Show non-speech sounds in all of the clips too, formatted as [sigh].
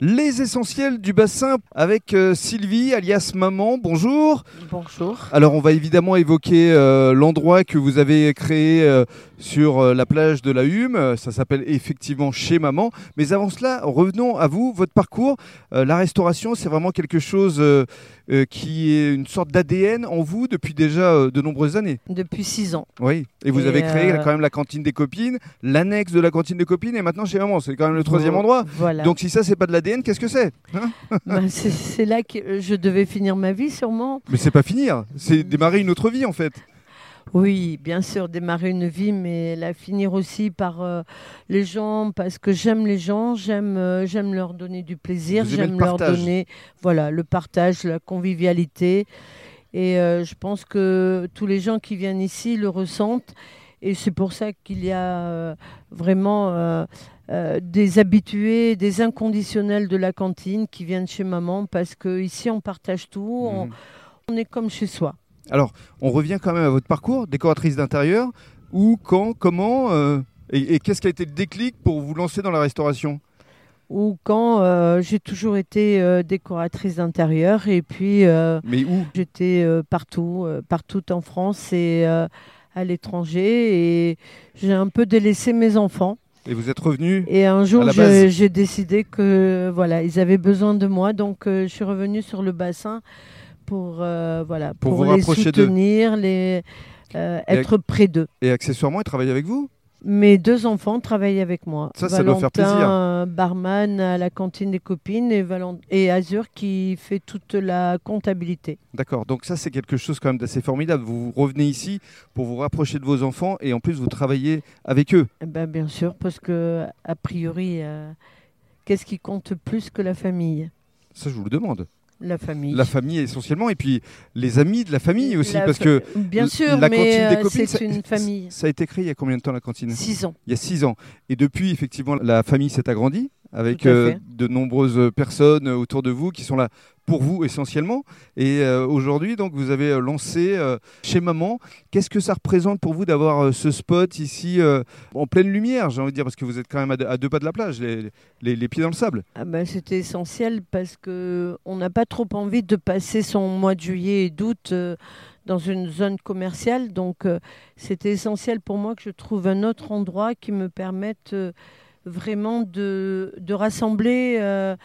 Les essentiels du bassin avec euh, Sylvie, alias Maman. Bonjour. Bonjour. Alors, on va évidemment évoquer euh, l'endroit que vous avez créé euh, sur euh, la plage de la Hume. Euh, Ça s'appelle effectivement Chez Maman. Mais avant cela, revenons à vous, votre parcours. Euh, la restauration, c'est vraiment quelque chose euh, euh, qui est une sorte d'ADN en vous depuis déjà euh, de nombreuses années. Depuis 6 ans. Oui. Et vous Et, avez créé euh, quand même la cantine des copines, l'annexe de la cantine des copines, et maintenant Chez Maman. C'est quand même le troisième endroit. Voilà. Donc si ça c'est pas de l'ADN, qu'est-ce que c'est Hein [laughs] Bah, c'est- c'est là que euh, je devais finir ma vie, sûrement. Mais c'est pas finir, c'est démarrer une autre vie en fait. Oui, bien sûr, démarrer une vie, mais la finir aussi par euh, les gens, parce que j'aime les gens, j'aime euh, j'aime leur donner du plaisir, Vous aimez le j'aime leur partage. donner voilà le partage, la convivialité. Et euh, je pense que tous les gens qui viennent ici le ressentent. Et c'est pour ça qu'il y a euh, vraiment euh, euh, des habitués, des inconditionnels de la cantine qui viennent chez maman, parce que ici on partage tout, on- Mhm. on est comme chez soi. On revient quand même à votre parcours, décoratrice d'intérieur, où, quand, comment, euh, et, et qu'est-ce qui a été le déclic pour vous lancer dans la restauration ou quand euh, j'ai toujours été euh, décoratrice d'intérieur et puis euh, Mais où j'étais euh, partout, euh, partout en France et euh, à l'étranger et j'ai un peu délaissé mes enfants Et vous êtes revenu et un jour la je- base. j'ai décidé que voilà ils avaient besoin de moi donc euh, je suis revenue sur le bassin pour euh, voilà Pour vous les rapprocher d'eux. soutenir les euh, Et- être près d'eux et accessoirement, il travaille avec vous mes deux enfants travaillent avec moi. Ça, ça doit faire plaisir. euh, barman à la cantine des copines et, Valen- et Azur qui fait toute la comptabilité. D'accord, donc ça c'est quelque chose quand même d'assez formidable. Vous revenez ici pour vous rapprocher de vos enfants et en plus vous travaillez avec eux. Eh ben, bien sûr, parce que a priori, euh, qu'est-ce qui compte plus que la famille Ça je vous le demande. La famille. La famille essentiellement et puis les amis de la famille aussi La parce fa- que bien l- sûr, la mais cantine des euh, copines, c'est une famille. [laughs] ça a été créé il y a combien de temps la cantine Six ans. il y a six ans. Et depuis, effectivement, la famille s'est agrandie avec Tout à euh, fait. de nombreuses personnes euh, autour de vous qui sont là pour vous essentiellement. Et euh, aujourd'hui, donc, vous avez euh, lancé euh, chez Maman. Qu'est-ce que ça représente pour vous d'avoir euh, ce spot ici euh, en pleine lumière, j'ai envie de dire, parce que vous êtes quand même à deux, à deux pas de la plage, les, les- les pieds dans le sable. Ah ben, c'était essentiel parce que on n'a pas trop envie de passer son mois de juillet et d'août euh, dans une zone commerciale. Donc euh, c'était essentiel pour moi que je trouve un autre endroit qui me permette euh, vraiment de, de rassembler euh,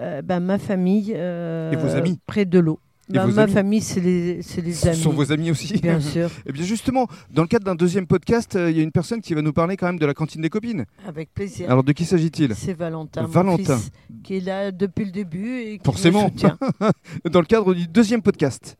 euh, ben, ma famille euh, Et vos amis. près de l'eau. Et Ben, vos ma amis. famille, c'est les, c'est les Ce amis. sont vos amis aussi. Bien [laughs] sûr, Et bien justement, dans le cadre d'un deuxième podcast, euh, il y a une personne qui va nous parler quand même de la cantine des copines. avec plaisir. Alors de qui s'agit-il C'est Valentin, mon Ah, Valentin. fils, qui est là depuis le début et qui me Forcément. soutient. Dans le cadre du deuxième podcast.